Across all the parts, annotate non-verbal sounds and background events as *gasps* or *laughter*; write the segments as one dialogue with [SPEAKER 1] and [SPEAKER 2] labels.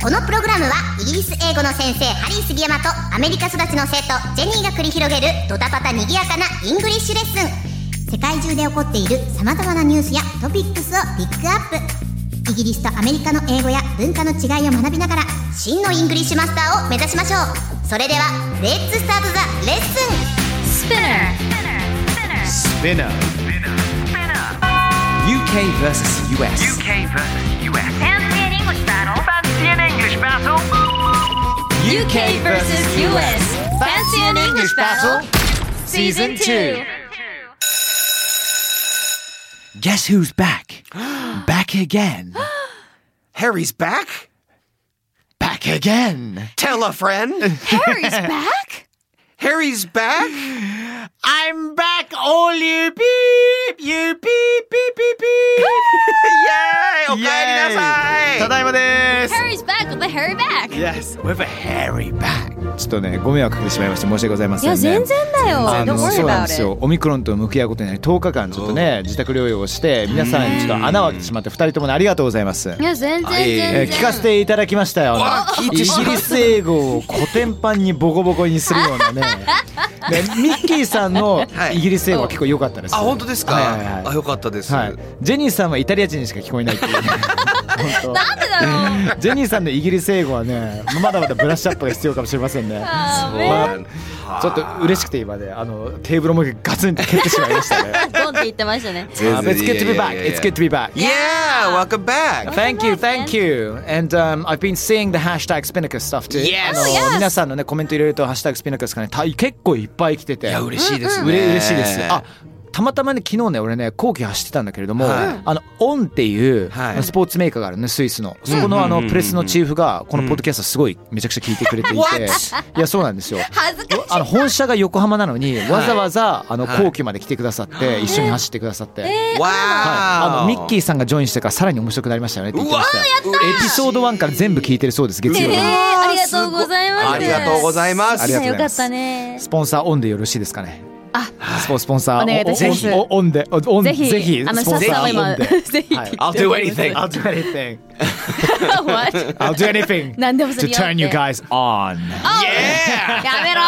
[SPEAKER 1] このプログラムはイギリス英語の先生ハリー杉山とアメリカ育ちの生徒ジェニーが繰り広げるドタパタにぎやかなイングリッシュレッスン世界中で起こっている様々なニュースやトピックスをピックアップイギリスとアメリカの英語や文化の違いを学びながら真のイングリッシュマスターを目指しましょうそれではレッツスタートザレッスン
[SPEAKER 2] Spinner. UK versus US.
[SPEAKER 3] UK versus US. Fancy an English battle. Fancy an English battle.
[SPEAKER 2] UK versus US.
[SPEAKER 4] Fancy
[SPEAKER 2] Season
[SPEAKER 4] an English battle?
[SPEAKER 2] 2. Guess who's back? back again.
[SPEAKER 5] Harry's back?
[SPEAKER 2] Back again.
[SPEAKER 5] Tell
[SPEAKER 2] *laughs*
[SPEAKER 5] a friend.
[SPEAKER 4] Harry's back?
[SPEAKER 5] Harry's back?
[SPEAKER 2] I'm back, all you beep, you beep, beep, beep, beep.
[SPEAKER 5] イェーイお帰りなさい
[SPEAKER 2] ただいまです
[SPEAKER 4] Harry's back with the Harry back.
[SPEAKER 2] Yes, with a hairy back. ちょっとね、ご迷惑かけてしまいまして申し訳ございませ
[SPEAKER 4] い
[SPEAKER 2] んね。
[SPEAKER 4] や、全然だよ。
[SPEAKER 2] あ
[SPEAKER 4] Don't
[SPEAKER 2] の
[SPEAKER 4] worry
[SPEAKER 2] そうなん
[SPEAKER 4] about
[SPEAKER 2] です
[SPEAKER 4] it.
[SPEAKER 2] よオミクロンと向き合うことになり10日間ちょっとね自宅療養をして皆さんにちょっと穴を開けてしまって2人ともねありがとうございます、
[SPEAKER 4] いや、全然
[SPEAKER 2] え
[SPEAKER 4] 全
[SPEAKER 2] ー
[SPEAKER 4] 然。
[SPEAKER 2] 聞かせていただきましたよイギリス英語をコテンパンにボコボコにするような
[SPEAKER 5] *laughs*
[SPEAKER 2] ねでミッキーさんの
[SPEAKER 5] はい
[SPEAKER 2] イギリス英語は結構良かったです
[SPEAKER 5] あ、本当ですか、
[SPEAKER 2] はいはいは
[SPEAKER 5] あ、よかったです。
[SPEAKER 2] い、はい、ジェニーさんはイタリア人にしか聞こえない
[SPEAKER 5] *laughs*
[SPEAKER 2] っていうね本当
[SPEAKER 4] なんでだろう。
[SPEAKER 2] ジェニーさんのイギリス英語はねまだまだブラッシュアップが必要かもしれませんね
[SPEAKER 4] あー
[SPEAKER 2] まあちょっと嬉しくて今ねあのテーブルもガツンと蹴ってしまいましたね
[SPEAKER 4] *laughs* ドンって言ってましたね。
[SPEAKER 2] Uh, but it's good to be back. It's good to be back.
[SPEAKER 5] Yeah, welcome back.
[SPEAKER 2] Thank you, thank you. And um, I've been seeing the hashtag Spinnaker stuff too.
[SPEAKER 5] Yes.
[SPEAKER 2] あの皆さんのねコメント入れるとハッシュタグスピナカスかねた結構いっぱい来てて。
[SPEAKER 5] いや、嬉しいですね。
[SPEAKER 2] うれ嬉しいです。あたまたまね昨日ね俺ね後期走ってたんだけれども、
[SPEAKER 5] はい
[SPEAKER 2] あのオンっていう、
[SPEAKER 5] はい
[SPEAKER 2] スポーツメーカーがあるねスイスのそこのあのプレスのチーフがこのポッドキャストすごいめちゃくちゃ聞いてくれていていやそうなんですよ
[SPEAKER 4] 恥ずかしい。
[SPEAKER 2] あの本社が横浜なのにわざわざあの後期まで来てくださって一緒に走ってくださって、
[SPEAKER 5] わ
[SPEAKER 2] はい、あ
[SPEAKER 5] あ
[SPEAKER 2] のミッキーさんがジョインしてからさらに面白くなりましたよねって言ってました
[SPEAKER 5] うわーやったー
[SPEAKER 2] エピソード1から全部聞いてるそうです月曜
[SPEAKER 4] え
[SPEAKER 2] 日
[SPEAKER 4] ー、
[SPEAKER 2] の
[SPEAKER 4] ありがとうございます。
[SPEAKER 5] ありがとうございます。
[SPEAKER 2] ありがとうござい
[SPEAKER 4] よか
[SPEAKER 2] ま
[SPEAKER 4] っ
[SPEAKER 2] す
[SPEAKER 4] たね。
[SPEAKER 2] スポンサーオンでよろしいですかねあスポスポンサー
[SPEAKER 6] お願いいたします
[SPEAKER 2] おおおオンでおオン
[SPEAKER 6] ぜひ
[SPEAKER 2] ぜひ
[SPEAKER 6] あの
[SPEAKER 2] スポンサ
[SPEAKER 6] シャツを
[SPEAKER 2] ーオン
[SPEAKER 4] *laughs*
[SPEAKER 6] 今
[SPEAKER 2] で
[SPEAKER 6] ぜひ
[SPEAKER 2] はい
[SPEAKER 5] I'll do anything.
[SPEAKER 2] I'll do *laughs* anything
[SPEAKER 6] What?
[SPEAKER 2] I'll do anything
[SPEAKER 6] 何でもす
[SPEAKER 2] to
[SPEAKER 6] るよって
[SPEAKER 2] turn you guys on
[SPEAKER 5] Yeah!
[SPEAKER 4] やめろ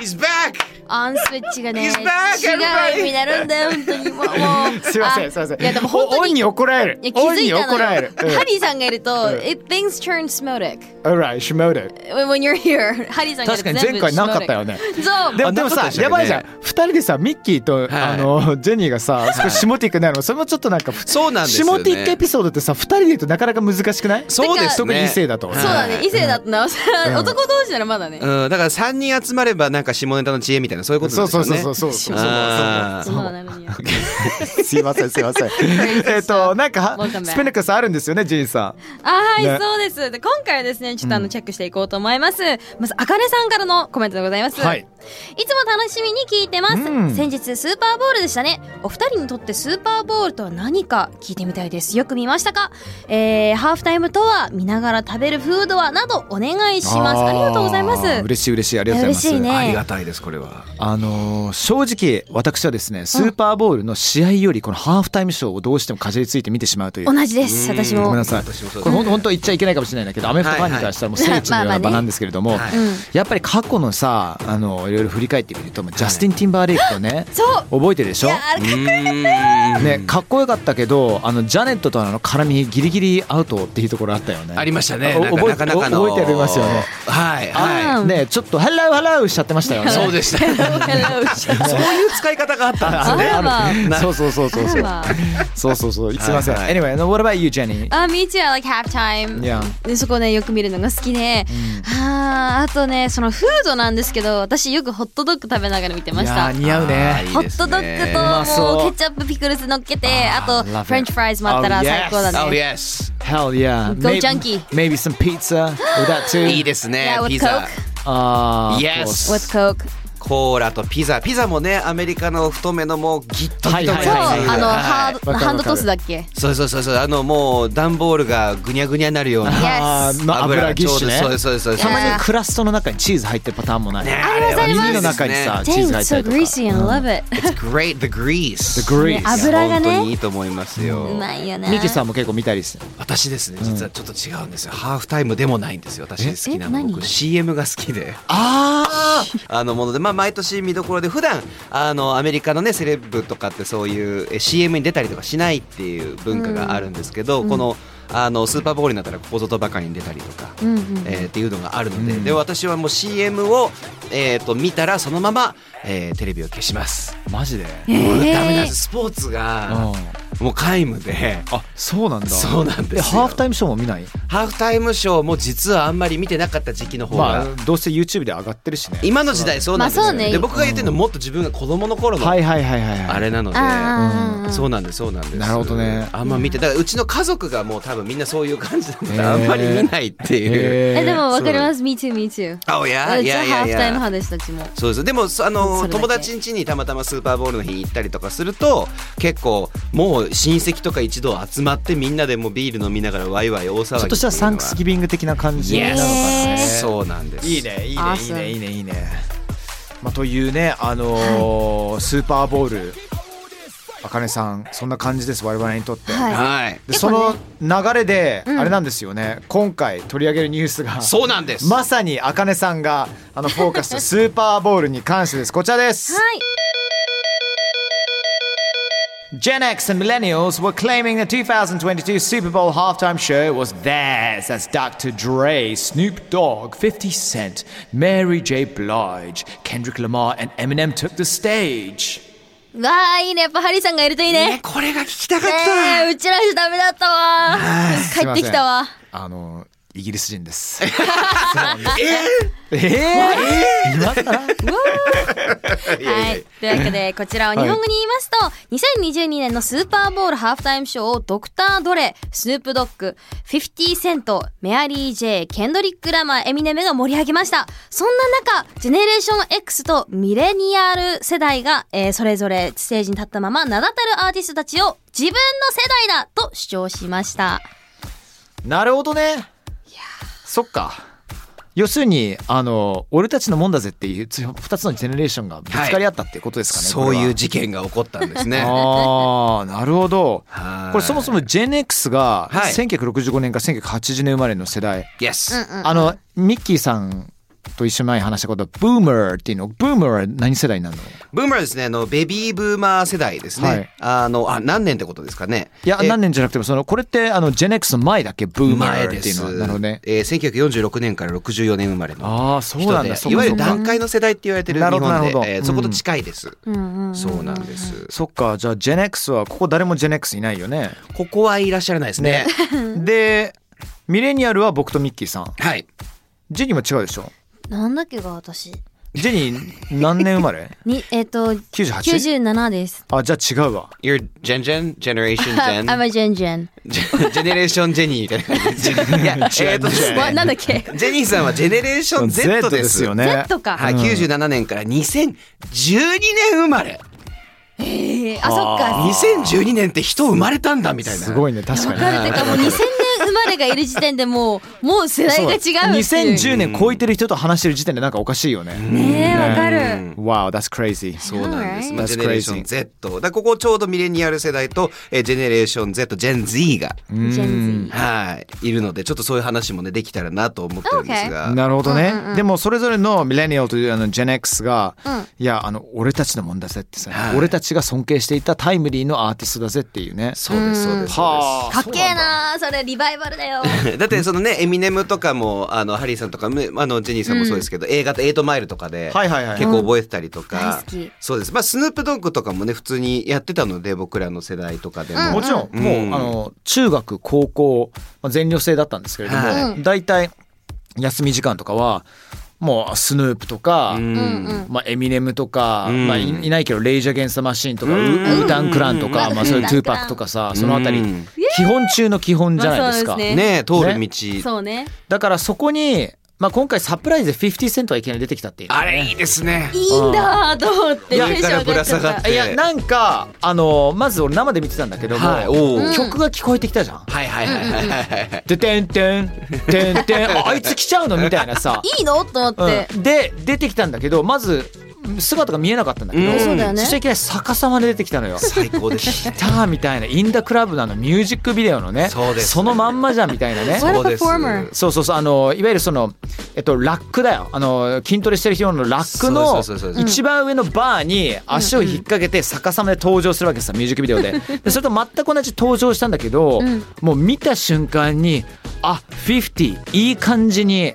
[SPEAKER 5] He's back!
[SPEAKER 4] オンスイッチがね、違
[SPEAKER 5] He's back,
[SPEAKER 4] う
[SPEAKER 5] everybody.
[SPEAKER 4] 意味になるんだよ、本当に。もう、もう
[SPEAKER 2] すいませんすいませんいや
[SPEAKER 6] でも本当に
[SPEAKER 2] オンに怒られる
[SPEAKER 4] いや気
[SPEAKER 2] オン
[SPEAKER 4] づい
[SPEAKER 2] に
[SPEAKER 4] た
[SPEAKER 2] 怒
[SPEAKER 4] の
[SPEAKER 2] られ
[SPEAKER 4] よ
[SPEAKER 2] る。
[SPEAKER 4] ハリーさんがいると、
[SPEAKER 2] うん
[SPEAKER 4] it things turn smotic
[SPEAKER 2] Alright シュモール
[SPEAKER 4] when when you're here。ハリーさんがいる
[SPEAKER 2] 確
[SPEAKER 4] と
[SPEAKER 2] か
[SPEAKER 4] 全
[SPEAKER 2] に前
[SPEAKER 4] 部
[SPEAKER 2] 回なかったよ
[SPEAKER 4] smotic
[SPEAKER 2] ね
[SPEAKER 4] そう。
[SPEAKER 2] で
[SPEAKER 5] あ
[SPEAKER 2] でも
[SPEAKER 5] なか
[SPEAKER 2] さ
[SPEAKER 5] ったでしたね
[SPEAKER 2] やばいじゃん2人でさミッキーと、あのジェニーがさ少し下ティックなのそれもちょっとなんか
[SPEAKER 5] そうなんですよ
[SPEAKER 2] 下
[SPEAKER 5] ね
[SPEAKER 2] ティックエピソードってさ2人で言うとなかなか難しくない
[SPEAKER 5] そうですね
[SPEAKER 2] 特に異性だと
[SPEAKER 4] そうだね、異性だとなおさら、
[SPEAKER 2] うん
[SPEAKER 4] *laughs* 男同士ならまだね。
[SPEAKER 5] うん、だから3人集まればなんか下ネタの知恵みたいなそういうことなんです
[SPEAKER 2] そ
[SPEAKER 5] よ
[SPEAKER 2] う
[SPEAKER 5] ね。
[SPEAKER 2] そうそうそうそう
[SPEAKER 5] あ
[SPEAKER 4] そんなのなのによ
[SPEAKER 2] すいませんすいませんえっとなんか
[SPEAKER 4] Welcome back
[SPEAKER 2] スペネックスあるんですよねジェニーさ
[SPEAKER 4] あはい、
[SPEAKER 2] ね
[SPEAKER 4] そうです。で今回はですね、ちょっとあの、チェックしていこうと思います。まず、あかねさんからのコメントでございます。
[SPEAKER 2] んはい
[SPEAKER 4] いつも楽しみに聞いてます。
[SPEAKER 2] うん
[SPEAKER 4] 先日スーパーボールでしたね。お二人にとってスーパーボールとは何か聞いてみたいです。よく見ましたか、えー、ハーフタイムとは見ながら食べるフードはなどお願いします。ありがとうございます。
[SPEAKER 2] あー嬉しい嬉しいありがとうございます
[SPEAKER 4] 嬉しいね
[SPEAKER 5] ありがたいです、これは。
[SPEAKER 2] あのー正直私はですねスーパーボールの試合よりこのハーフタイムショーをどうしてもかじりついて見てしまうという
[SPEAKER 4] 同じです。私
[SPEAKER 2] ご
[SPEAKER 4] も。
[SPEAKER 2] めん
[SPEAKER 4] うん
[SPEAKER 2] なさい。こ
[SPEAKER 5] 私もそうです
[SPEAKER 2] れ本当本当言っちゃいけないかもしれないんだけど、アメフトファンに
[SPEAKER 5] はい
[SPEAKER 2] 関
[SPEAKER 5] はい
[SPEAKER 2] してはもう聖地のよう
[SPEAKER 4] まあまあ
[SPEAKER 2] な
[SPEAKER 4] ね
[SPEAKER 2] 場なんですけれども、
[SPEAKER 5] はい
[SPEAKER 2] やっぱり過去のさ、あのいろいろ振り返ってみると、ジャスティンティンバーレイクとね、
[SPEAKER 4] そう。
[SPEAKER 2] 覚えてるでし
[SPEAKER 4] い
[SPEAKER 2] ょ
[SPEAKER 4] や。あれ
[SPEAKER 2] ね、かっこよかったけど、あのジャネットとのあの絡みギリギリアウトっていうところあったよね。
[SPEAKER 5] ありましたね。
[SPEAKER 2] お
[SPEAKER 5] なんか
[SPEAKER 2] 覚え
[SPEAKER 5] なかなかの
[SPEAKER 2] 覚えてありますよね。
[SPEAKER 5] はい、は
[SPEAKER 2] あね、ちょっとハローハローしちゃってましたよね。
[SPEAKER 5] い。そう
[SPEAKER 2] *laughs*
[SPEAKER 5] でした。そういう使い方があったんですね。
[SPEAKER 2] あるそうそうそうそうそう。
[SPEAKER 4] まあ
[SPEAKER 2] そうそうそう。すみません。
[SPEAKER 5] はい
[SPEAKER 2] Anyway, no, what about you, Jenny?
[SPEAKER 4] *laughs* あ、me too, I like halftime.
[SPEAKER 2] いや、
[SPEAKER 4] でそこねよく見るのが好きで、あーあとねそのフードなんですけど私よくホットドッグ食べながら見てま
[SPEAKER 2] い
[SPEAKER 4] し
[SPEAKER 2] や
[SPEAKER 4] た
[SPEAKER 2] 似合う
[SPEAKER 5] あーいい
[SPEAKER 2] ね
[SPEAKER 5] で。す
[SPEAKER 4] ホットド
[SPEAKER 5] う
[SPEAKER 2] ま
[SPEAKER 4] ッグ
[SPEAKER 2] そう
[SPEAKER 4] ともうケチャップピクルス乗っけてあ
[SPEAKER 2] あー
[SPEAKER 4] と
[SPEAKER 2] love it
[SPEAKER 4] フレンチフライズもあったら
[SPEAKER 2] Oh, yes.
[SPEAKER 4] 最高だ
[SPEAKER 5] Oh
[SPEAKER 4] ね
[SPEAKER 5] yes.
[SPEAKER 2] Hell yeah.
[SPEAKER 4] Go
[SPEAKER 2] Maybe-
[SPEAKER 4] junkie.
[SPEAKER 2] *gasps* Maybe some pizza with that too.
[SPEAKER 5] いいですね
[SPEAKER 4] Yeah,。with
[SPEAKER 5] ピザ
[SPEAKER 4] Coke.。
[SPEAKER 2] ああ
[SPEAKER 5] Yes
[SPEAKER 4] with Coke
[SPEAKER 5] コーラとピザピザもねアメリカの太めのもうギッと
[SPEAKER 2] はい
[SPEAKER 5] 太
[SPEAKER 2] は
[SPEAKER 5] め
[SPEAKER 2] い
[SPEAKER 4] そう
[SPEAKER 2] はい
[SPEAKER 5] の
[SPEAKER 4] あの
[SPEAKER 2] わか
[SPEAKER 4] ハー
[SPEAKER 2] る
[SPEAKER 4] ド
[SPEAKER 2] わかる
[SPEAKER 4] ハンドトスだっけ
[SPEAKER 5] そうそうそうそうあのもう段ボールがぐにゃぐにゃになるような
[SPEAKER 2] あーまあ油ぎっしゅね
[SPEAKER 5] そうですそうですそうです
[SPEAKER 2] たまにクラストの中にチーズ入ってるパターンもない、
[SPEAKER 5] ねありがとうございます
[SPEAKER 2] 耳の中にさチーズ入
[SPEAKER 4] Dang, it's
[SPEAKER 2] った
[SPEAKER 4] so
[SPEAKER 2] りとか
[SPEAKER 4] greasy and love it
[SPEAKER 5] It's great the grease
[SPEAKER 2] The grease
[SPEAKER 4] 油が
[SPEAKER 5] い
[SPEAKER 4] ね
[SPEAKER 5] や本当にいいと思いますよ
[SPEAKER 4] *laughs* うまいよな
[SPEAKER 2] ミキさんも結構見たりして
[SPEAKER 5] 私ですね実はちょっと違うんですよ、ハーフタイムでもないんですよ私好きな
[SPEAKER 4] え
[SPEAKER 5] の
[SPEAKER 4] 何
[SPEAKER 5] 僕 CM が好きで
[SPEAKER 2] あ
[SPEAKER 5] *laughs* あのもので、まあ、毎年見どころで普段あのアメリカのねセレブとかってそういうえ CM に出たりとかしないっていう文化があるんですけど、このあのスーパーボールになったらここぞとばかりに出たりとか、
[SPEAKER 4] うんうん
[SPEAKER 5] えーっていうのがあるので,、
[SPEAKER 2] うん
[SPEAKER 5] で私はもう CM を、えー、と見たらそのまま、えーテレビを消します。
[SPEAKER 2] あマジで、
[SPEAKER 5] もうダメなん
[SPEAKER 4] え
[SPEAKER 5] ですスポーツ
[SPEAKER 2] うん
[SPEAKER 5] がもう皆無で
[SPEAKER 2] あそうなんだ
[SPEAKER 5] そうなんですよ
[SPEAKER 2] えハーフタイムショーも見ない
[SPEAKER 5] ハーフタイムショーも実はあんまり見てなかった時期の方が、
[SPEAKER 2] まあどうせ YouTube で上がってるしね
[SPEAKER 5] 今の時代そうなんですよ、
[SPEAKER 4] まあそうね
[SPEAKER 5] で僕が言ってるのもっと自分が子供の頃の
[SPEAKER 2] はいはいはいはいはい
[SPEAKER 5] あれなので、
[SPEAKER 4] ああ
[SPEAKER 5] そうなんですそうなんです
[SPEAKER 2] なるほどね
[SPEAKER 5] あんま見てだからうちの家族がもう多分みんなそういう感じなんで
[SPEAKER 2] へー
[SPEAKER 5] あんまり見ないっていう、
[SPEAKER 2] へー
[SPEAKER 4] えでもわかります Me too, me too
[SPEAKER 5] あおやい
[SPEAKER 4] じゃ
[SPEAKER 5] や
[SPEAKER 4] あ
[SPEAKER 5] い
[SPEAKER 4] ハー
[SPEAKER 5] や
[SPEAKER 4] フ
[SPEAKER 5] い
[SPEAKER 4] タイム
[SPEAKER 5] や
[SPEAKER 4] 派でしたちも
[SPEAKER 5] そうですでもそあの
[SPEAKER 4] それだけ
[SPEAKER 5] 友達ん家にたまたまスーパーボールの日行ったりとかすると結構もう親戚とか一度集まってみんなでもうビール飲みながらワイワイ大騒ぎってい
[SPEAKER 2] ちょ
[SPEAKER 5] うのは
[SPEAKER 2] っとしたサンクスギビング的な感じなのかなね
[SPEAKER 5] そうなんです
[SPEAKER 2] いいねいいねいい
[SPEAKER 4] Awesome
[SPEAKER 2] ねいいねいいねまあというねあのースーパーボールあかねさんそんな感じです我々にとって、
[SPEAKER 4] はい
[SPEAKER 5] はい
[SPEAKER 2] でその流れで、あれなんですよね今回取り上げるニュースが
[SPEAKER 5] そうなんです
[SPEAKER 2] まさにあかねさんがあのフォーカスしたスーパーボールに関してですこちらです
[SPEAKER 4] はい。
[SPEAKER 2] Gen X and millennials were claiming the 2022 Super Bowl halftime show was theirs as Dr. Dre, Snoop Dogg, 50 Cent, Mary J. Blige, Kendrick Lamar, and Eminem took the stage.
[SPEAKER 4] わあいいねやっぱハリーさんがいるといいね。
[SPEAKER 5] これが聞きたかっ
[SPEAKER 4] ねえうちらじゃダメだったわ。帰ってきたわ。
[SPEAKER 2] あの、イギリス人です。えー、えー、今更
[SPEAKER 4] *laughs* はい。というわけで、こちらを日本語に言いますと、2022年のスーパーボールハーフタイムショーをドクター・ドレ、スヌープ・ドッグ、50セント、メアリー・ジェイ、ケンドリック・ラマー、エミネムが盛り上げました。そんな中、ジェネレーション X とミレニアル世代が、えーそれぞれステージに立ったまま、名だたるアーティストたちを自分の世代だと主張しました。
[SPEAKER 2] なるほどね。そっか。要するに、あの、俺たちのもんだぜっていう、つ二つのジェネレーションがぶつかり合ったっていうことですかね。
[SPEAKER 5] そう
[SPEAKER 2] これ
[SPEAKER 5] い
[SPEAKER 2] は
[SPEAKER 5] う事件が起こったんで
[SPEAKER 2] *laughs*
[SPEAKER 5] すね
[SPEAKER 2] ああ、なるほど
[SPEAKER 5] は。い
[SPEAKER 2] これそもそも Gen X が
[SPEAKER 5] はい
[SPEAKER 2] 1965年か1980年生まれの世代。
[SPEAKER 5] Yes、
[SPEAKER 2] あの、ミッキーさんと一緒に前に話したことは、ブーマーっていうの。ブーマーは何世代なの
[SPEAKER 5] ブーマーですねあのベビーブーマー世代ですね、
[SPEAKER 2] はい
[SPEAKER 5] あのあ何年ってことですかね
[SPEAKER 2] いや、
[SPEAKER 5] え
[SPEAKER 2] 何年じゃなくても、その、これって、あの、Gen X の前だっけブーマ
[SPEAKER 5] 前
[SPEAKER 2] ーっ
[SPEAKER 5] で
[SPEAKER 2] ていう
[SPEAKER 5] す
[SPEAKER 2] のは。なるほどね。
[SPEAKER 5] えー、1946年から64年生まれの
[SPEAKER 2] ああ、そ
[SPEAKER 5] 人
[SPEAKER 2] う
[SPEAKER 5] で
[SPEAKER 2] なんだ。そっ
[SPEAKER 5] い
[SPEAKER 2] か
[SPEAKER 5] わゆ
[SPEAKER 2] そ
[SPEAKER 5] る
[SPEAKER 2] っか
[SPEAKER 5] 段階の世代って言われてる日
[SPEAKER 2] なるほど
[SPEAKER 5] 本
[SPEAKER 2] な
[SPEAKER 5] で
[SPEAKER 2] るほど
[SPEAKER 5] えーそこと近いです、
[SPEAKER 4] うんうん。
[SPEAKER 5] そうなんです
[SPEAKER 2] そっか、じゃあ Gen X は、ここ誰も Gen X いないよね。
[SPEAKER 5] ここはいらっしゃらないですね
[SPEAKER 2] で、ミレニアルは僕とミッキーさん。
[SPEAKER 5] *laughs* はい
[SPEAKER 2] ジェニーも違うでしょ
[SPEAKER 4] なんだっけが私。
[SPEAKER 2] ジェニー、何年生まれ
[SPEAKER 4] に、えっ、と、
[SPEAKER 2] 98
[SPEAKER 4] 97です。
[SPEAKER 2] あ、じゃあ違うわ。
[SPEAKER 5] Your Gen Gen
[SPEAKER 4] *laughs*
[SPEAKER 5] Generation
[SPEAKER 4] I'm
[SPEAKER 5] Gen
[SPEAKER 4] a Gen Gen.
[SPEAKER 5] *laughs* Generation Jenny みたいな感
[SPEAKER 2] *laughs*
[SPEAKER 5] じでいやえーとですね
[SPEAKER 4] わなんだっけ
[SPEAKER 5] ジェニーさんはジェネレーション Z です
[SPEAKER 2] よね
[SPEAKER 4] Z か。
[SPEAKER 5] はい、97年から2012年生まれ
[SPEAKER 4] えーあ、そっか。
[SPEAKER 5] 2012年って人生まれたんだみたいな
[SPEAKER 2] すごいね確かに
[SPEAKER 4] わかるてかもう2000年生まれがいる時点でもう、もう世代が違うっていう。
[SPEAKER 2] 2010年超えてる人と話してる時点でなんかおかしいよね
[SPEAKER 4] ねえ、わかる。
[SPEAKER 2] Wow that's crazy
[SPEAKER 5] そうなんです。
[SPEAKER 4] Alright.
[SPEAKER 5] ま
[SPEAKER 2] That's
[SPEAKER 5] あ、ジェネレーション Z。だからここちょうどミレニアル世代と、えージェネレーション Z、ジェン Z が、
[SPEAKER 4] Gen Z。
[SPEAKER 5] はい、いるので、ちょっとそういう話もね、できたらなと思ってるんですが。
[SPEAKER 2] なるほどね、でもそれぞれのミレニアルというあのジェネックスが、いやあの俺たちのもんだぜってさ、
[SPEAKER 5] はい
[SPEAKER 2] 俺たちが尊敬していたタイムリーのアーティストだぜっていうね
[SPEAKER 5] そうです、そうです。
[SPEAKER 2] はあ
[SPEAKER 4] かっけえなーそれリバイバルだ *laughs* よ。
[SPEAKER 5] そうですだってそのね、エミネムとかも、あの、ハリーさんとかも、あの、ジェニーさんもそうですけど、映画とエイトマイルとかで、
[SPEAKER 2] はいはいはい
[SPEAKER 5] 結構覚えてたりと
[SPEAKER 4] うん大
[SPEAKER 5] か
[SPEAKER 4] 好き、
[SPEAKER 5] そうです。まあ、スヌープドッグとかもね、普通にやってたので、僕らの世代とかでも。
[SPEAKER 2] もちろん、
[SPEAKER 5] うん
[SPEAKER 2] もう、
[SPEAKER 5] うん
[SPEAKER 2] あの中学高校、まあ、全寮制だったんですけれども、
[SPEAKER 5] は
[SPEAKER 2] 大体休み時間とかはもうスヌープとか、
[SPEAKER 5] うん
[SPEAKER 2] まあ、エミネムとか、
[SPEAKER 5] うん
[SPEAKER 2] まあ、いいないけどレイジャー・ゲンスト・マシーンとか、ウ
[SPEAKER 5] うん
[SPEAKER 2] ウータン・クランとか、
[SPEAKER 4] うん
[SPEAKER 2] まあ、そういうトゥーパックとかさそのあたり
[SPEAKER 5] うん
[SPEAKER 2] 基本中の基本じゃないです
[SPEAKER 4] まあそ
[SPEAKER 2] か、
[SPEAKER 4] うです
[SPEAKER 5] ね通る道、
[SPEAKER 4] そうね。
[SPEAKER 2] だからそこにまあ、今回サプライズで50セントはいきなり出てきたっていう、
[SPEAKER 5] あれいいですね
[SPEAKER 4] いいんだと思って
[SPEAKER 5] いや
[SPEAKER 4] テンション上がっち
[SPEAKER 5] 上から
[SPEAKER 4] ゃっ
[SPEAKER 5] ぶら下が
[SPEAKER 4] た
[SPEAKER 5] っ。
[SPEAKER 2] いやなんかあのまず俺生で見てたんだけども、
[SPEAKER 5] はいおー
[SPEAKER 2] 曲が聞こえてきたじゃん。
[SPEAKER 5] はいはいはいはいはい
[SPEAKER 2] でてんてんてん
[SPEAKER 5] *laughs*
[SPEAKER 2] てんああいつ来ちゃうのみたいなさ。
[SPEAKER 4] いいのと思って。
[SPEAKER 2] うんで出てきたんだけどまず姿が見えなかったんだけど、
[SPEAKER 5] うんそう
[SPEAKER 4] だよね
[SPEAKER 2] していきなり逆さまで出てきたの
[SPEAKER 5] *laughs*
[SPEAKER 2] よ。
[SPEAKER 5] 最高でし
[SPEAKER 2] ターみたいなインダクラブなのミュージックビデオのね
[SPEAKER 5] そうです
[SPEAKER 2] のまんまじゃんみたいなね
[SPEAKER 5] たそうです
[SPEAKER 4] performer
[SPEAKER 2] そうそうそうあのいわゆるそのえっとラックだよあの筋トレしてる人のラック
[SPEAKER 5] そ
[SPEAKER 2] の
[SPEAKER 5] うそうそうそう
[SPEAKER 2] 一番上のバーに足を引っ掛けて逆さまで登場するわけさミュージックビデオででそれと全く同じ登場したんだけど、
[SPEAKER 4] ん
[SPEAKER 2] もう見た瞬間にあ50いい感じに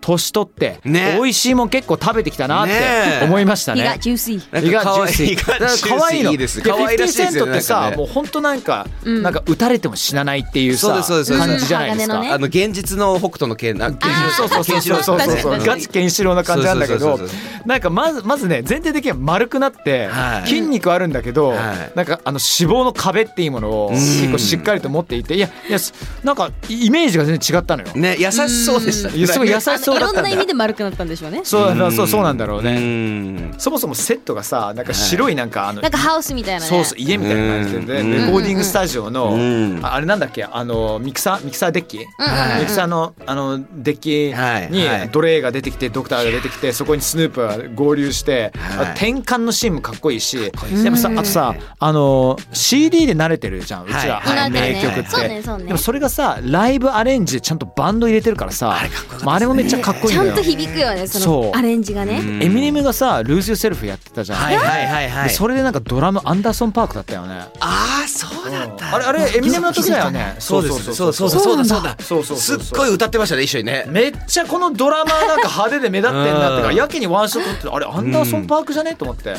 [SPEAKER 2] 年取って、
[SPEAKER 5] ね
[SPEAKER 2] 美味しいもん結構食べてきたなっ
[SPEAKER 5] ね
[SPEAKER 2] て
[SPEAKER 5] え
[SPEAKER 2] 思いました
[SPEAKER 4] 火
[SPEAKER 2] ね
[SPEAKER 4] がジューシー。
[SPEAKER 5] なんか可愛い
[SPEAKER 2] 胃がジューシー
[SPEAKER 5] 胃がジューシー
[SPEAKER 2] 可愛いの
[SPEAKER 5] いいです
[SPEAKER 2] で
[SPEAKER 5] 可愛らしいですよね
[SPEAKER 2] 50セントって
[SPEAKER 5] なんか
[SPEAKER 2] さ
[SPEAKER 5] ね
[SPEAKER 2] もう本当なんか
[SPEAKER 4] うん
[SPEAKER 2] なんか打たれても死なないっていう
[SPEAKER 5] そうで
[SPEAKER 2] さ
[SPEAKER 5] すそうですそうです
[SPEAKER 2] 感じじゃないです
[SPEAKER 4] うん鋼の
[SPEAKER 2] か
[SPEAKER 4] ね
[SPEAKER 5] たあの現実の北斗の拳な
[SPEAKER 2] そうそうそうそうそうそうそうガチケンシロウな感じなんだけ
[SPEAKER 5] そう
[SPEAKER 2] ど
[SPEAKER 5] そうそう
[SPEAKER 2] なんかまずまずね全体的には丸くなって
[SPEAKER 5] はい
[SPEAKER 2] 筋肉あるんだけど
[SPEAKER 5] はい
[SPEAKER 2] なんかあの脂肪の壁っていうものを
[SPEAKER 5] ん
[SPEAKER 2] 結構しっかりと持っていていやいやすなんかイメージが全然違ったのよ
[SPEAKER 5] ね優しそうでした
[SPEAKER 2] いやすごい優し
[SPEAKER 4] あ
[SPEAKER 2] そう
[SPEAKER 4] のい
[SPEAKER 2] だっ
[SPEAKER 4] ろん
[SPEAKER 2] たん
[SPEAKER 4] な意味
[SPEAKER 2] だ
[SPEAKER 4] で丸くなったんでしょうね。
[SPEAKER 2] そうだそうそうなんだろうね
[SPEAKER 5] ね
[SPEAKER 2] そもそもセットがさなんか白いなんかあの
[SPEAKER 4] なんかハウスみたいなね。
[SPEAKER 2] そうそう家みたいな感じでね
[SPEAKER 5] うん
[SPEAKER 2] レコーディングスタジオの
[SPEAKER 5] うん
[SPEAKER 2] ああれなんだっけあのミキサーミキサーデッキミ
[SPEAKER 5] はい
[SPEAKER 2] キサーのあのデッ
[SPEAKER 5] はい
[SPEAKER 2] キ
[SPEAKER 5] はい
[SPEAKER 2] にドレーが出てきてドクターが出てきてそこにスヌープが合流して
[SPEAKER 5] はい
[SPEAKER 2] あ転換のシーンもかっこいいしでもさあとさあの CD で慣れてるじゃんうちら
[SPEAKER 5] はい
[SPEAKER 2] あの
[SPEAKER 4] はい
[SPEAKER 2] 名曲っ
[SPEAKER 4] そうねそうね
[SPEAKER 2] てでもそれがさライブアレンジでちゃんとバンド入れてるからさまああれもめっちゃかっこいい
[SPEAKER 4] ち
[SPEAKER 2] んだ
[SPEAKER 4] ゃん
[SPEAKER 2] よ
[SPEAKER 4] と響くよね、そ
[SPEAKER 2] そ
[SPEAKER 4] の
[SPEAKER 2] う
[SPEAKER 4] アレンジがね。
[SPEAKER 2] エミネムがさ「ルーズ・ヨセルフ」やってたじゃん
[SPEAKER 5] はいはいはいは
[SPEAKER 2] で
[SPEAKER 5] い
[SPEAKER 2] それでなんかドラムアンダーソン・パークだったよね
[SPEAKER 5] ああそうだった
[SPEAKER 2] あれあれエミネムの時だよね。
[SPEAKER 5] そうですそうそうそうだそうだ
[SPEAKER 2] そうそう
[SPEAKER 5] す
[SPEAKER 2] そ
[SPEAKER 5] っ
[SPEAKER 2] うそう
[SPEAKER 5] ごい歌ってましたね一緒にね
[SPEAKER 2] めっちゃこのドラマーなんか派手で目立ってんなってからやけにワンショット撮っててあれアンダーソンパークじゃねと思って。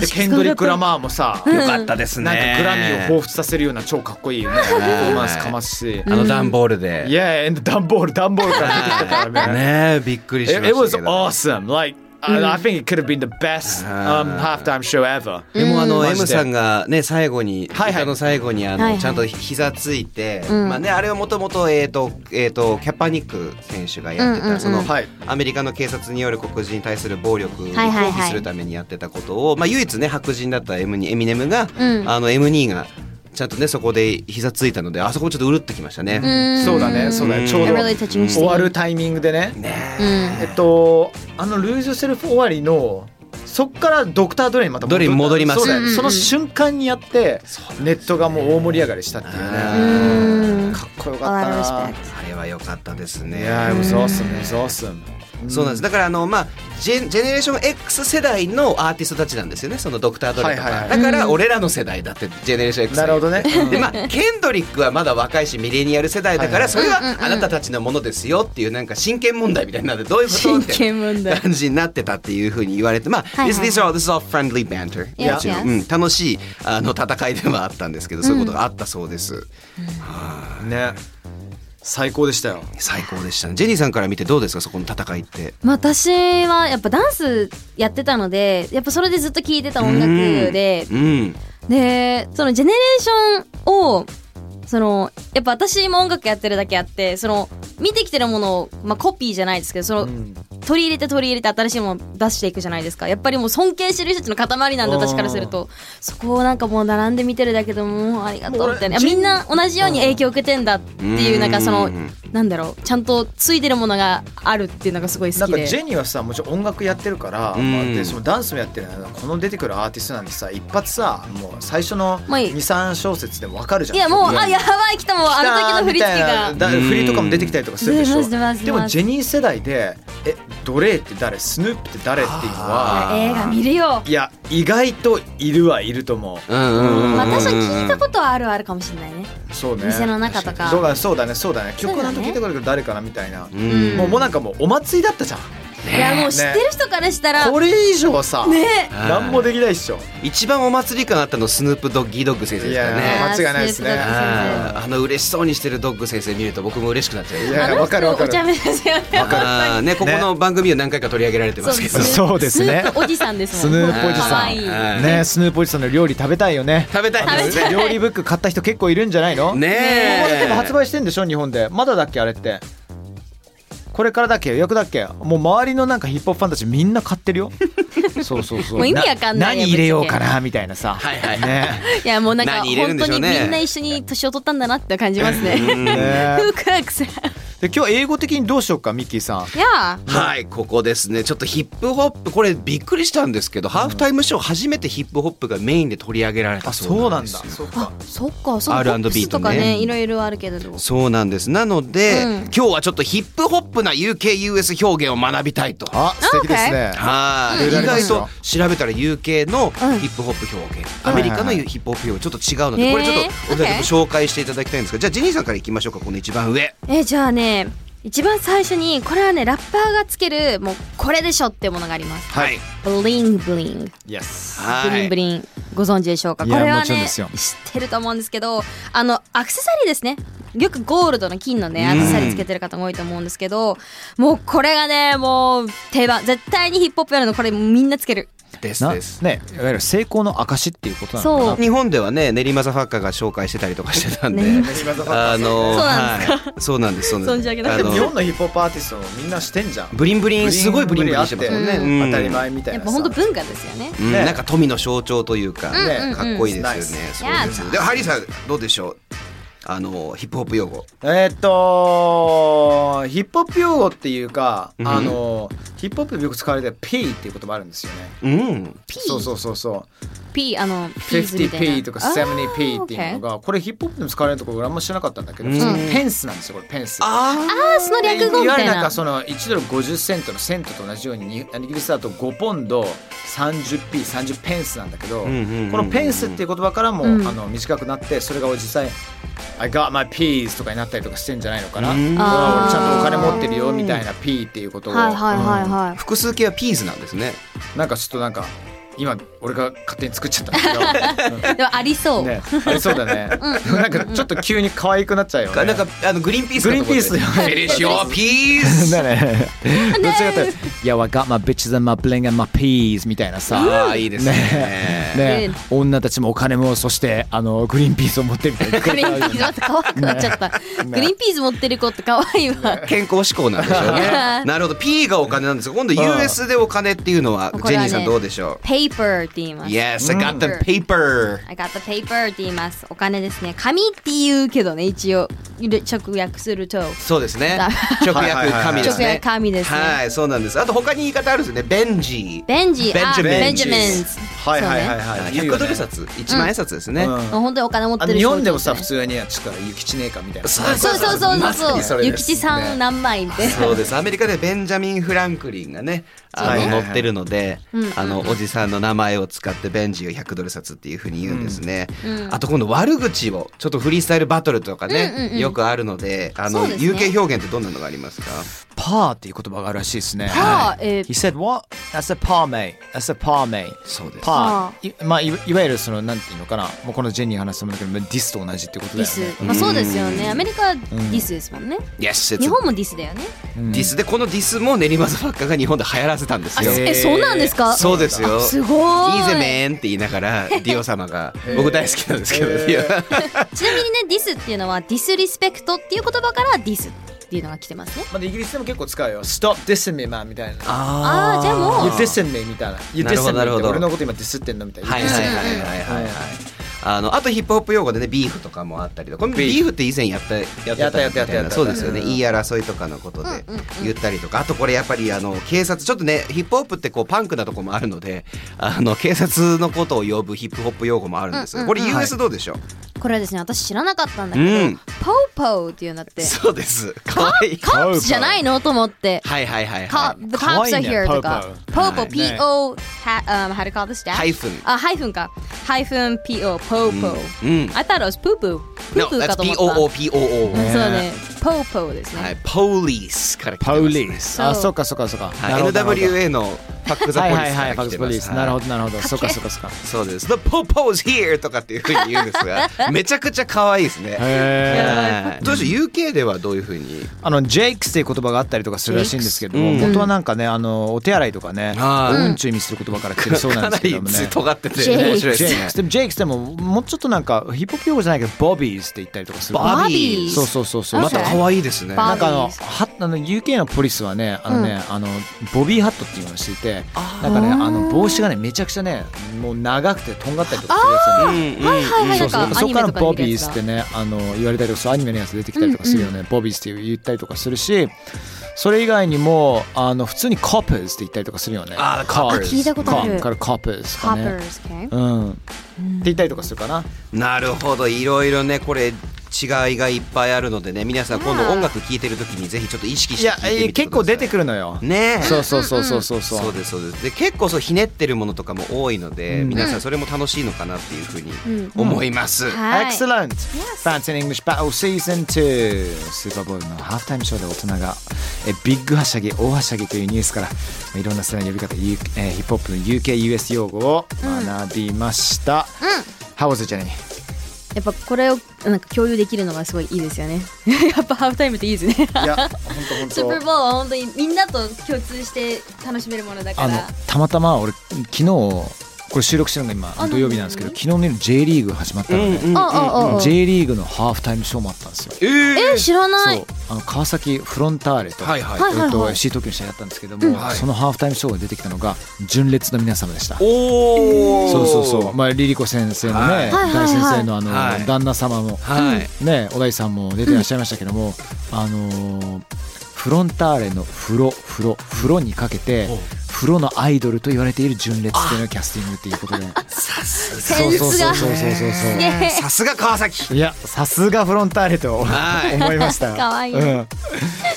[SPEAKER 2] でケンドリック・ラマーもさ。
[SPEAKER 5] よかったですね
[SPEAKER 2] なんかグラミーを彷彿させるような超かっこいいねパフォーマンスかますし。
[SPEAKER 5] あの段ボールで
[SPEAKER 2] いやいや、ダンボール、ダンボールから出てきたからね。
[SPEAKER 5] ねえびっくりし
[SPEAKER 2] It,
[SPEAKER 5] ま
[SPEAKER 2] it
[SPEAKER 5] し
[SPEAKER 2] was
[SPEAKER 5] たけど
[SPEAKER 2] awesome. Like, I, I think it could have been the best um, halftime show ever.
[SPEAKER 5] でもあの
[SPEAKER 2] マジで
[SPEAKER 5] M さんがね最後に
[SPEAKER 2] はいはい
[SPEAKER 5] 歌の最後にあ
[SPEAKER 4] はいは
[SPEAKER 5] の
[SPEAKER 4] い
[SPEAKER 5] ちゃんと膝ついてまあねあれはもともとえっとえっとキャパニック選手がやって
[SPEAKER 4] うんうんう
[SPEAKER 5] た
[SPEAKER 4] ん
[SPEAKER 5] その
[SPEAKER 2] はい
[SPEAKER 5] アメリカの警察による黒人に対する暴力を抗
[SPEAKER 4] はいはいはい
[SPEAKER 5] 議するためにやってたことをまあ唯一ね白人だった M にエミネムが
[SPEAKER 4] うん
[SPEAKER 5] あの M2 がちゃんとねそこで膝ついたのであそこちょっとうるっときましたね。
[SPEAKER 2] そうだね、そうだね。ちょうど
[SPEAKER 4] A really touching scene
[SPEAKER 2] 終わるタイミングでね。
[SPEAKER 4] うん。
[SPEAKER 2] えっと、あのルージュセルフ終わりの。そっからドクタードレにまた
[SPEAKER 5] ドレに戻ります
[SPEAKER 2] そうだよ
[SPEAKER 5] うん
[SPEAKER 4] うんうん
[SPEAKER 2] その瞬間にやってネットがもう大盛り上がりしたっていう
[SPEAKER 5] あ
[SPEAKER 2] ね
[SPEAKER 4] うん。
[SPEAKER 2] かっこよ
[SPEAKER 4] A lot of
[SPEAKER 2] かった
[SPEAKER 4] respect.
[SPEAKER 5] あれは良かったです
[SPEAKER 2] な
[SPEAKER 5] ね。
[SPEAKER 2] いやー it was awesome it was awesome
[SPEAKER 5] そうなんです。だからあのまあジェジェネレーション X 世代のアーティストたちなんですよね。そのドクタードレとか。
[SPEAKER 2] はいはいはい
[SPEAKER 5] だから俺らの世代だってジェネレーション X 世
[SPEAKER 2] な
[SPEAKER 5] 代。
[SPEAKER 2] るほどね
[SPEAKER 5] でまあケンドリックはまだ若いしミレニアル世代だから
[SPEAKER 2] はい
[SPEAKER 5] それはあなたたちのものですよっていうなんか真剣問題みたいなのでどういう
[SPEAKER 4] *laughs*
[SPEAKER 5] こと
[SPEAKER 4] 真
[SPEAKER 5] って
[SPEAKER 4] 剣
[SPEAKER 5] *laughs*
[SPEAKER 4] 問題。
[SPEAKER 5] 感じになってたっていうふうに言われてまあ、
[SPEAKER 4] いはい
[SPEAKER 5] this, this, are all, this is all friendly banter
[SPEAKER 4] いや
[SPEAKER 5] もちろん
[SPEAKER 4] いや
[SPEAKER 5] うん、楽しいあの戦いではあったんですけどそういうことがあったそうです、
[SPEAKER 2] ね最高でしたよ
[SPEAKER 5] 最高でしたねジェニーさんから見てどうですかそこの戦いって
[SPEAKER 4] まあ私はやっぱダンスやってたのでやっぱそれでずっと聴いてた音楽で
[SPEAKER 5] うん
[SPEAKER 4] でそのジェネレーションをそのやっぱ私も音楽やってるだけあってその見てきてるものを、まあ、コピーじゃないですけどその、取り入れて取り入れて新しいものを出していくじゃないですかやっぱりもう尊敬してる人たちの塊なんで
[SPEAKER 2] あー
[SPEAKER 4] 私からするとそこをなんかもう並んで見てるだけでもうありがとうみたいな
[SPEAKER 2] もう俺
[SPEAKER 4] みんな同じように影響を受けてんだっていう
[SPEAKER 5] うん
[SPEAKER 4] なんかそのなんだろうちゃんとついてるものがあるっていうのがすごい
[SPEAKER 2] なん
[SPEAKER 4] 好き
[SPEAKER 2] か
[SPEAKER 4] で
[SPEAKER 2] ジェニーはさもちろん音楽やってるから、
[SPEAKER 5] ん
[SPEAKER 2] まあでそのダンスもやってるからこの出てくるアーティストなんてさ一発さもう最初の
[SPEAKER 4] まあいい
[SPEAKER 2] 23小節でも分かるじゃん
[SPEAKER 4] いやもう
[SPEAKER 2] 曲が
[SPEAKER 4] あやばい来たもうあの時の振り付けが
[SPEAKER 2] みたいなだ振りとかも出てきたりとかするでし
[SPEAKER 4] う
[SPEAKER 2] ょ
[SPEAKER 4] ん出ます出
[SPEAKER 2] で
[SPEAKER 4] ます
[SPEAKER 2] もジェニー世代でえドレーって誰スヌープって誰っていうのは
[SPEAKER 4] 映画見るよ
[SPEAKER 2] いや意外といるはいると思
[SPEAKER 5] うんうんうんうんうん
[SPEAKER 4] 私は聞いたことはあるあるかもしれないね
[SPEAKER 2] うそうね
[SPEAKER 4] 店の中とか
[SPEAKER 2] そうだそうだねそうだね曲
[SPEAKER 4] そう
[SPEAKER 2] はな
[SPEAKER 4] だね
[SPEAKER 2] んか聞いたことあるけど誰かなみたいな、
[SPEAKER 5] うん
[SPEAKER 2] もうもうなんかもうお祭りだったじゃん
[SPEAKER 4] いやもう知ってる人からしたら
[SPEAKER 2] これ以上さ、
[SPEAKER 4] ね
[SPEAKER 2] なんもできないっしょ
[SPEAKER 5] 一番お祭り感あったのスヌープドッギードッグ先生ですから
[SPEAKER 2] いや
[SPEAKER 5] ね。
[SPEAKER 2] 間違いないですね
[SPEAKER 4] あースープドッグ先生
[SPEAKER 5] あーあの嬉しそうにしてるドッグ先生見ると僕も嬉しくなっちゃ。
[SPEAKER 2] いうやいやわかるわか
[SPEAKER 4] お茶
[SPEAKER 2] る
[SPEAKER 4] 目ですよね。
[SPEAKER 5] あーねここの番組を何回か取り上げられてますけど。
[SPEAKER 2] そうですね
[SPEAKER 4] スープおじさんですもん。
[SPEAKER 2] スヌープおじさん
[SPEAKER 4] 可愛いい。
[SPEAKER 5] はい
[SPEAKER 2] ねスヌープおじさんの料理食べたいよね
[SPEAKER 5] 食べたいですね。
[SPEAKER 2] 料理ブック買った人結構いるんじゃないの
[SPEAKER 5] ね
[SPEAKER 2] まだでも
[SPEAKER 5] え。
[SPEAKER 2] 発売してんでしょ日本でまだだっけあれって
[SPEAKER 7] これからだっけ役だっけもう周りのなんかヒップホップファンたちみんな買って
[SPEAKER 5] *laughs*
[SPEAKER 7] るよそうそうそう
[SPEAKER 4] もう意味わかんない
[SPEAKER 7] な何
[SPEAKER 4] やぶっちゃけ
[SPEAKER 7] 入れようかなみたいなさはいはいね
[SPEAKER 4] いやもうなんか
[SPEAKER 5] 何入れる
[SPEAKER 4] 本
[SPEAKER 5] ん
[SPEAKER 4] 当
[SPEAKER 5] でしょ
[SPEAKER 4] に
[SPEAKER 5] うね
[SPEAKER 4] みんな一緒に年を取ったんだなって感じますね。
[SPEAKER 7] ね
[SPEAKER 4] フークアクさん。
[SPEAKER 7] で今日英語的にどうしようかミッキーさん
[SPEAKER 4] いや
[SPEAKER 5] はい、ここですね。ちょっとヒップホップ、これびっくりしたんですけど、ハーフタイムショー初めてヒップホップがメインで取り上げられたそうなんですよ。
[SPEAKER 7] そうか
[SPEAKER 4] そっかその
[SPEAKER 5] R&B
[SPEAKER 4] ポップスとか
[SPEAKER 5] と
[SPEAKER 4] ね
[SPEAKER 5] ね
[SPEAKER 4] いろいろあるけれど。
[SPEAKER 5] そうなんです。なので、
[SPEAKER 4] うん
[SPEAKER 5] 今日はちょっとヒップホップな UKUS 表現を学びたいと。
[SPEAKER 7] あ素敵ですね
[SPEAKER 5] はい、
[SPEAKER 7] うん
[SPEAKER 5] 意外と調べたら UK の
[SPEAKER 4] うん
[SPEAKER 5] ヒップホップ表現、アメリカのヒップホップ表現ちょっと違うの
[SPEAKER 4] へ
[SPEAKER 5] で
[SPEAKER 4] ー
[SPEAKER 5] これちょっとお二人とも紹介していただきたいんですがじゃあジェニーさんからいきましょうかこの一番上
[SPEAKER 4] えじゃあね一番最初にこれはねラッパーがつけるもうこれでしょっていうものがあります。
[SPEAKER 5] はい
[SPEAKER 4] ブリンブリン。
[SPEAKER 7] イエス
[SPEAKER 4] ブリンブ
[SPEAKER 5] リ
[SPEAKER 4] リンご存知でしょうか
[SPEAKER 7] い
[SPEAKER 4] こ
[SPEAKER 7] や
[SPEAKER 4] れは
[SPEAKER 7] もちろん
[SPEAKER 4] ね
[SPEAKER 7] です
[SPEAKER 4] 知っ
[SPEAKER 7] よ
[SPEAKER 4] てると思うんですけどあのアクセサリーですねよくゴールドの金のねアクセサリーつけてる方も多いと思うんですけどもうこれがねもう定番絶対にヒップホップやるのこれみんなつける
[SPEAKER 5] です
[SPEAKER 7] な
[SPEAKER 5] です
[SPEAKER 7] ねいわゆる成功の証っていうことなのかな
[SPEAKER 4] そう
[SPEAKER 5] 日本ではね練馬ザファッカーが紹介してたりとかしてたんで、
[SPEAKER 4] 練
[SPEAKER 5] あの
[SPEAKER 4] *laughs* そうなんです
[SPEAKER 5] はいそうなんですそうなん
[SPEAKER 4] 存じ上げ
[SPEAKER 5] あ
[SPEAKER 4] なかった
[SPEAKER 5] の
[SPEAKER 2] 日本のヒップホップアーティストもみんなしてんじゃん
[SPEAKER 5] ブリンブリンすごいブリンブリンしてますもんね、
[SPEAKER 4] ブリンブ
[SPEAKER 5] うん
[SPEAKER 2] 当たり前みたい
[SPEAKER 4] やっ
[SPEAKER 2] な
[SPEAKER 4] ぱ
[SPEAKER 2] さ
[SPEAKER 4] 本当文化ですよね
[SPEAKER 5] うん
[SPEAKER 2] ね
[SPEAKER 5] なんか富の象徴というか、
[SPEAKER 2] ね
[SPEAKER 5] かっこいいですよね、
[SPEAKER 2] うん
[SPEAKER 5] そうですねでハリーさんどうでしょうあのヒップホップ用語
[SPEAKER 2] えーっとヒップホップ用語っていうか、
[SPEAKER 5] うん
[SPEAKER 2] あのヒップホップでよく使われてる P っていう言葉あるんですよね。
[SPEAKER 5] うん、
[SPEAKER 4] P
[SPEAKER 2] そうそうそうそう
[SPEAKER 4] P あの P ズみたいな
[SPEAKER 2] 50p とか 70p っていうのがこれヒップホップでも使われるところ俺あんま知らなかったんだけど
[SPEAKER 5] うん
[SPEAKER 2] 普通にペンスなんですよこれペンス。
[SPEAKER 5] あ
[SPEAKER 4] あーその略語み
[SPEAKER 2] わ
[SPEAKER 4] た
[SPEAKER 2] ゆ
[SPEAKER 4] い
[SPEAKER 2] るなん
[SPEAKER 4] な
[SPEAKER 2] かその1ドル50セントのセントと同じようににイギリスだと5ポンド 30p30 ペンスなんだけど、
[SPEAKER 5] うんうんうんうん
[SPEAKER 2] このペンスっていう言葉からも、
[SPEAKER 4] うん
[SPEAKER 2] あの短くなってそれが実際 I got my peas とかになったりとかしてんじゃないのかな、
[SPEAKER 5] うん
[SPEAKER 2] 俺
[SPEAKER 4] あー
[SPEAKER 2] ちゃんとお金持ってるよみたいな P っていうことを、
[SPEAKER 4] はいはいはいは
[SPEAKER 5] 複数形はピースなんですね
[SPEAKER 2] なんかちょっとなんか今俺が勝手に作っちゃったんだけど
[SPEAKER 4] いでもありそう、
[SPEAKER 2] ねありそうだねでもなんかちょっと急に可愛くなっちゃうよね
[SPEAKER 5] かなんかあのグリーンピース
[SPEAKER 2] グリーンピース
[SPEAKER 5] よフィニッシュオーピース
[SPEAKER 7] だね。どっちかというと、Yeah, I got my bitches and my bling and my peas みたいなさ。
[SPEAKER 5] ああいいですね
[SPEAKER 7] ね
[SPEAKER 4] うん、
[SPEAKER 7] 女たちもお金も、そして、あの、グリーンピースを持ってるみたいな。
[SPEAKER 4] グリーンピースまた可愛くなっちゃった、グリーンピース持ってる子って可愛いわ、
[SPEAKER 5] 健康志向なんでしょう
[SPEAKER 4] *laughs* ね
[SPEAKER 5] ねなるほど P がお金なんですが今度 US でお金っていうのは
[SPEAKER 4] こ
[SPEAKER 5] ジ
[SPEAKER 4] れ
[SPEAKER 5] ェ
[SPEAKER 4] は
[SPEAKER 5] ニ
[SPEAKER 4] ね
[SPEAKER 5] ーさんどうでしょ
[SPEAKER 4] paper って言いうます
[SPEAKER 5] Yes I got the paper
[SPEAKER 4] I got the paper って言います。お金ですね。紙って言うけどね、一応直訳すると。
[SPEAKER 5] そうですね
[SPEAKER 4] だ
[SPEAKER 5] 直訳神ですね
[SPEAKER 4] 直訳神ですね
[SPEAKER 5] はいそうなんですあと他に言い方あるんですよねベンジ
[SPEAKER 4] ベンジ、あ、ベンジ
[SPEAKER 5] Benjamins
[SPEAKER 4] ャミンズ。
[SPEAKER 2] はいはいはい
[SPEAKER 4] い。
[SPEAKER 2] はい
[SPEAKER 5] ー
[SPEAKER 2] 言うよ
[SPEAKER 5] 100
[SPEAKER 2] ね
[SPEAKER 5] ドル札1万円札ですね
[SPEAKER 2] うん
[SPEAKER 4] もう本当にお金持って
[SPEAKER 2] あ
[SPEAKER 4] る
[SPEAKER 2] の
[SPEAKER 4] 人
[SPEAKER 2] 日本でもさ
[SPEAKER 4] で
[SPEAKER 2] 普
[SPEAKER 4] すね
[SPEAKER 2] 通にはちょっと諭吉ねえかみたいな
[SPEAKER 5] そう
[SPEAKER 4] そうそうそう
[SPEAKER 5] まさ
[SPEAKER 4] そう
[SPEAKER 5] に
[SPEAKER 4] そ。
[SPEAKER 5] そうれ
[SPEAKER 4] ゆ
[SPEAKER 5] で
[SPEAKER 4] き
[SPEAKER 5] す
[SPEAKER 4] ちさん何枚みたいな。
[SPEAKER 5] そうですアメリカでベンジャミン・フランクリンがねあ
[SPEAKER 2] はい
[SPEAKER 5] の
[SPEAKER 2] はいは
[SPEAKER 5] 乗
[SPEAKER 2] い
[SPEAKER 5] ってるので
[SPEAKER 4] うん
[SPEAKER 5] あのおじさんの名前を使ってベンジを100ドル札っていうふうに言うんですね、あと今度悪口をちょっとフリースタイルバトルとかね、
[SPEAKER 4] うんうんうん
[SPEAKER 5] よくあるのであ
[SPEAKER 4] そ
[SPEAKER 5] の
[SPEAKER 4] うですね
[SPEAKER 5] UK 表現ってどんなのがありますか
[SPEAKER 7] パーっていう言葉があるらしいですね。
[SPEAKER 4] パーえー
[SPEAKER 7] He said, what? That's a par mate. That's a par mate.
[SPEAKER 5] そうです
[SPEAKER 7] パー。いまあ、いわいわゆるその、なんていうのかな。もうこのジェニーの話したもんだけど、ディスと同じってことだ
[SPEAKER 4] ディ
[SPEAKER 7] よね。
[SPEAKER 4] ス。まあそうですよね。アメリカはディスですもんね。
[SPEAKER 5] Yes, it's
[SPEAKER 4] 日本もディスだよね。
[SPEAKER 5] ディスでこのディスも練馬ザファッカーが日本で流行らせたんです
[SPEAKER 4] あ、
[SPEAKER 5] よ。
[SPEAKER 4] え、そうなんですか
[SPEAKER 5] そうですよ。
[SPEAKER 4] あすごい。
[SPEAKER 5] いいぜメーンって言いながらディオ様が僕大好きなんですけど、ディオ
[SPEAKER 4] ちなみにね、ディスっていうのはディスリスペクトっていう言葉からディスっていうのが来てますね。
[SPEAKER 2] まあ、イギリスでも結構使うよ。Stop dissing me, man みたいな。
[SPEAKER 4] ああー、じゃあも
[SPEAKER 2] You
[SPEAKER 4] う。
[SPEAKER 2] dissing me みたいな。You
[SPEAKER 5] なるほ
[SPEAKER 2] dissing
[SPEAKER 5] どなる
[SPEAKER 2] me っ
[SPEAKER 5] ほ
[SPEAKER 2] て
[SPEAKER 5] ど
[SPEAKER 2] 俺のこと今ディスってんのみたいな。
[SPEAKER 5] はい
[SPEAKER 2] You
[SPEAKER 5] はい
[SPEAKER 2] dissing
[SPEAKER 5] はい
[SPEAKER 2] me
[SPEAKER 5] はいはいはい。あのあとヒップホップ用語でねビーフとかもあったりとかこのビーフって以前やったやって
[SPEAKER 2] やったやったやった
[SPEAKER 5] みい
[SPEAKER 2] やっ
[SPEAKER 5] な
[SPEAKER 2] た
[SPEAKER 5] そうですよね言い争いとかのことで言ったりとかあとこれやっぱりあの警察ちょっとねヒップホップってこうパンクなとこもあるのであの警察のことを呼ぶヒップホップ用語もあるんですがこれ US どうでしょう
[SPEAKER 4] これはですね私知らなかったんだけど、
[SPEAKER 5] うん
[SPEAKER 4] ポーポーっていうんだって
[SPEAKER 5] そうですかわいい
[SPEAKER 4] カープじゃないのと思って
[SPEAKER 5] はいはいはいは
[SPEAKER 4] カ
[SPEAKER 5] い
[SPEAKER 4] The
[SPEAKER 7] 可愛
[SPEAKER 4] cops
[SPEAKER 7] い
[SPEAKER 4] are
[SPEAKER 7] ね
[SPEAKER 4] here とかポーポー
[SPEAKER 5] はい
[SPEAKER 4] PO ha- um, how to call this
[SPEAKER 5] ハ
[SPEAKER 4] that?
[SPEAKER 5] イフン
[SPEAKER 4] あハイフンかハイフン PO ポーポー
[SPEAKER 5] うん
[SPEAKER 4] I thought it was プープープ
[SPEAKER 5] No,
[SPEAKER 4] ープー
[SPEAKER 5] that's
[SPEAKER 4] かと思った、
[SPEAKER 5] POOPOO
[SPEAKER 4] うんそうねポーポーですね、
[SPEAKER 5] はい、ポリスから来て
[SPEAKER 7] パ
[SPEAKER 5] ます
[SPEAKER 7] ウ
[SPEAKER 5] ね
[SPEAKER 7] リース。あ、そうかそうかそうか。
[SPEAKER 5] はい
[SPEAKER 7] なるほどなるほど
[SPEAKER 5] NWA のパックザポ
[SPEAKER 2] はい
[SPEAKER 5] リス
[SPEAKER 2] はいはい、
[SPEAKER 5] から
[SPEAKER 2] パ
[SPEAKER 5] 来
[SPEAKER 2] ク
[SPEAKER 5] て
[SPEAKER 2] スポ
[SPEAKER 5] ま
[SPEAKER 2] リ
[SPEAKER 5] す。
[SPEAKER 2] ス。なるほ
[SPEAKER 5] ど。
[SPEAKER 2] ど、なるほど。そっかそっかそっか。
[SPEAKER 5] そうです。The Popo is here とかっていうふうに言うんです
[SPEAKER 4] *laughs*
[SPEAKER 5] が、めちゃくちゃ可愛いですね。はいどうでしょう UK ではどういうふうに。
[SPEAKER 2] あのジェイクスっていう言葉があったりとかするらしいんですけども、
[SPEAKER 5] ジェイクスうん
[SPEAKER 2] 本当はなんかねあのお手洗いとかね、
[SPEAKER 5] あー
[SPEAKER 2] うんちゅうにする言葉から来てるそうな
[SPEAKER 5] か
[SPEAKER 2] んで
[SPEAKER 5] な
[SPEAKER 2] すけ
[SPEAKER 5] り
[SPEAKER 2] どもね。
[SPEAKER 5] 尖ってて
[SPEAKER 4] ジェイクス
[SPEAKER 5] 面白い
[SPEAKER 2] ジ
[SPEAKER 5] で
[SPEAKER 2] ェイ
[SPEAKER 5] す
[SPEAKER 2] ク
[SPEAKER 5] ね
[SPEAKER 2] ス。でもジェイクスでももうちょっとなんかヒップホップ用語じゃないけどボビーズって言ったりとかする
[SPEAKER 5] バビ
[SPEAKER 4] ー
[SPEAKER 2] そうそうそうそう
[SPEAKER 5] また可愛いですね。
[SPEAKER 4] バ
[SPEAKER 2] なんかあの
[SPEAKER 4] バビーズ
[SPEAKER 2] はあの UK のポリスはねあのね、あのボビーハットっていうのをしていてなんかねあの帽子がねめちゃくちゃねもう長くてとんがったりとかするやつなんだよね
[SPEAKER 4] はいはいはい
[SPEAKER 2] そ
[SPEAKER 4] な
[SPEAKER 2] うんそう
[SPEAKER 4] かア
[SPEAKER 2] そ
[SPEAKER 4] ニ
[SPEAKER 2] こ
[SPEAKER 4] メ
[SPEAKER 2] から
[SPEAKER 4] とか
[SPEAKER 2] ボ
[SPEAKER 4] に出る
[SPEAKER 2] ビー
[SPEAKER 4] や
[SPEAKER 2] ズ
[SPEAKER 4] つ
[SPEAKER 2] っ
[SPEAKER 4] だ
[SPEAKER 2] てねあの言われたりとかそうアニメのやつ出てきたりとかするよね、ボビーズって言ったりとかするしそれ以外にもあの普通にコップーズって言ったりとかするよね
[SPEAKER 5] あー
[SPEAKER 2] コップーズ
[SPEAKER 4] 聞いたことあ
[SPEAKER 2] コ
[SPEAKER 4] る
[SPEAKER 2] ップからコップーズ
[SPEAKER 4] カ
[SPEAKER 2] か
[SPEAKER 4] ップ
[SPEAKER 2] ね
[SPEAKER 4] ルズ系
[SPEAKER 2] うんって言ったりとかするかな
[SPEAKER 5] なるほどいろいろねこれ違いがいっぱいあるのでね皆さん今度音楽聴いてる時にぜひちょっと意識
[SPEAKER 2] い
[SPEAKER 5] して
[SPEAKER 2] や
[SPEAKER 5] 聴いてみてください
[SPEAKER 2] え結構出てくるのよ、
[SPEAKER 5] ねえ
[SPEAKER 2] そうそうそうそうそうそう
[SPEAKER 5] そうですそうですで結構そうひねってるものとかも多いので、皆さんそれも楽しいのかなっていうふうに思います、
[SPEAKER 4] はい
[SPEAKER 2] Excellent! Fancy in English Battle Season 2! スーパーボールのハーフタイムショーで大人がえビッグはしゃぎ、大はしゃぎというニュースからいろんな世代の呼び方、U えーヒップホップの UK、US 用語を学びました。How was it, Jenny?
[SPEAKER 4] やっぱこれをなんか共有できるのがすごいいいですよね *laughs* やっぱハーフタイムっていいですね
[SPEAKER 2] い
[SPEAKER 4] *laughs*
[SPEAKER 2] や、本
[SPEAKER 4] スーパーボールは本当にみんなと共通して楽しめるものだか
[SPEAKER 2] あの
[SPEAKER 4] ら、
[SPEAKER 2] たまたま俺、昨日、これ収録してるのが今
[SPEAKER 4] あ
[SPEAKER 2] 土曜日なんですけど、昨日の夜 J リーグ始まったので、
[SPEAKER 4] ああああ
[SPEAKER 2] J リーグのハーフタイムショーもあったんですよ。
[SPEAKER 5] えー
[SPEAKER 4] え知らな
[SPEAKER 2] そ
[SPEAKER 4] いう
[SPEAKER 2] あの川崎フロンターレと,、
[SPEAKER 5] はいはい
[SPEAKER 4] はいはいはい
[SPEAKER 2] えっと FC 東京の試合だったんですけども、そのハーフタイムショーが出てきたのが純烈の皆様でした。
[SPEAKER 5] おお
[SPEAKER 2] そうそうそう、まあ、リリコ先生のね、
[SPEAKER 5] はい
[SPEAKER 4] はいはい
[SPEAKER 2] 大先生のあの、
[SPEAKER 5] はい
[SPEAKER 2] 旦那様も、
[SPEAKER 5] はい、
[SPEAKER 2] ね、小田井さんも出てらっしゃいましたけども、あのーフロンターレの風呂風呂風呂にかけて風呂のアイドルと言われている純烈系のキャスティングっていう
[SPEAKER 5] *laughs*
[SPEAKER 2] ことでそ
[SPEAKER 4] セン
[SPEAKER 2] う
[SPEAKER 4] ス
[SPEAKER 2] そ
[SPEAKER 4] が
[SPEAKER 2] うそうそうそうそう
[SPEAKER 4] *laughs*
[SPEAKER 5] さすが川崎
[SPEAKER 2] いやさすがフロンターレと
[SPEAKER 5] はい
[SPEAKER 2] 思いました。
[SPEAKER 4] かわいい
[SPEAKER 2] うん、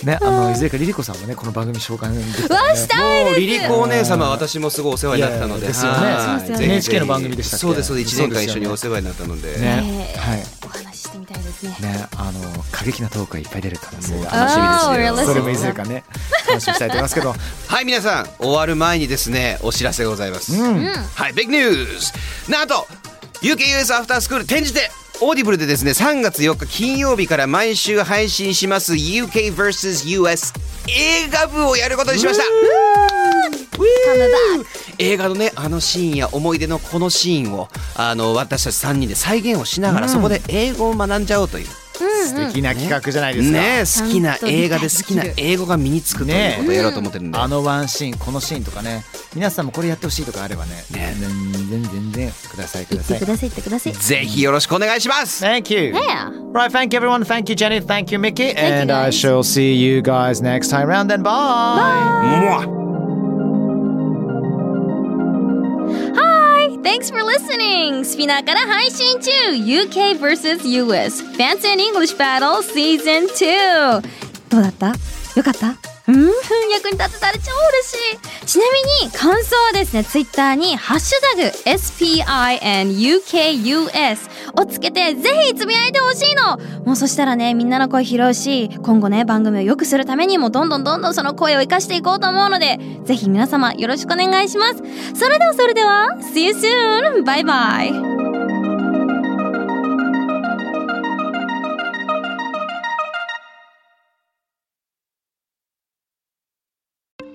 [SPEAKER 2] ねあのいずれかリリコさんもねこの番組紹介できたらね。
[SPEAKER 4] わしたい
[SPEAKER 5] もうリリコお姉様私もすごいお世話になったの
[SPEAKER 2] いや
[SPEAKER 5] で
[SPEAKER 2] ですよね
[SPEAKER 5] はい
[SPEAKER 4] そうですよね
[SPEAKER 5] ぜひぜひ
[SPEAKER 2] NHK の番組でしたっけ
[SPEAKER 5] そうですそうです1年間一緒にお世話になったので
[SPEAKER 2] ねはい。
[SPEAKER 4] お話ししてみたいですね
[SPEAKER 2] ねあの過激なトークがいっぱい出る可能性があ
[SPEAKER 5] 楽しみですよ
[SPEAKER 4] あー realistic
[SPEAKER 2] るそれもいずれかね楽しみにしたいと思いますけど
[SPEAKER 5] はい皆さん終わる前にですねお知らせがございます、はいビッグニュースなんと UKUS アフタースクール展示展オーディブルでですね3月4日金曜日から毎週配信します UKVSUS 映画部をやることにしましたウィー映画のねあのシーンや思い出のこのシーンをあの私たち3人で再現をしながら、そこで英語を学んじゃおうという
[SPEAKER 2] 素敵な企画じゃないですか。
[SPEAKER 5] ね好きな映画で好きな英語が身につくということをやろうと思ってるんで、
[SPEAKER 2] あのワンシーンこのシーンとかね皆さんもこれやってほしいとかあればね
[SPEAKER 5] ね
[SPEAKER 2] 全然全然くださいください。
[SPEAKER 4] ださい言ってください
[SPEAKER 5] ぜひよろしくお願いします。
[SPEAKER 2] Thank you.
[SPEAKER 4] Yeah.
[SPEAKER 2] Right, thank you everyone. Thank you, Jenny. Thank you, Mickey.
[SPEAKER 4] you,
[SPEAKER 2] and I
[SPEAKER 4] guys.
[SPEAKER 2] shall see you guys next time round. Then bye.
[SPEAKER 5] もわ
[SPEAKER 4] Hi! Thanks for listening! スピナーから配信中 !UK vs.US Fancy and English Battle Season 2! どうだったよかったうん役に立てたら超嬉しいちなみに感想はですね、ツイッターにハッシュタグ SPINUKUS をつけてぜひつぶやいてほしいのもうそしたらね、みんなの声拾うし、今後ね、番組を良くするためにもどんどんどんどんその声を生かしていこうと思うので、ぜひ皆様よろしくお願いします。それではそれでは、See you soon! バイバイ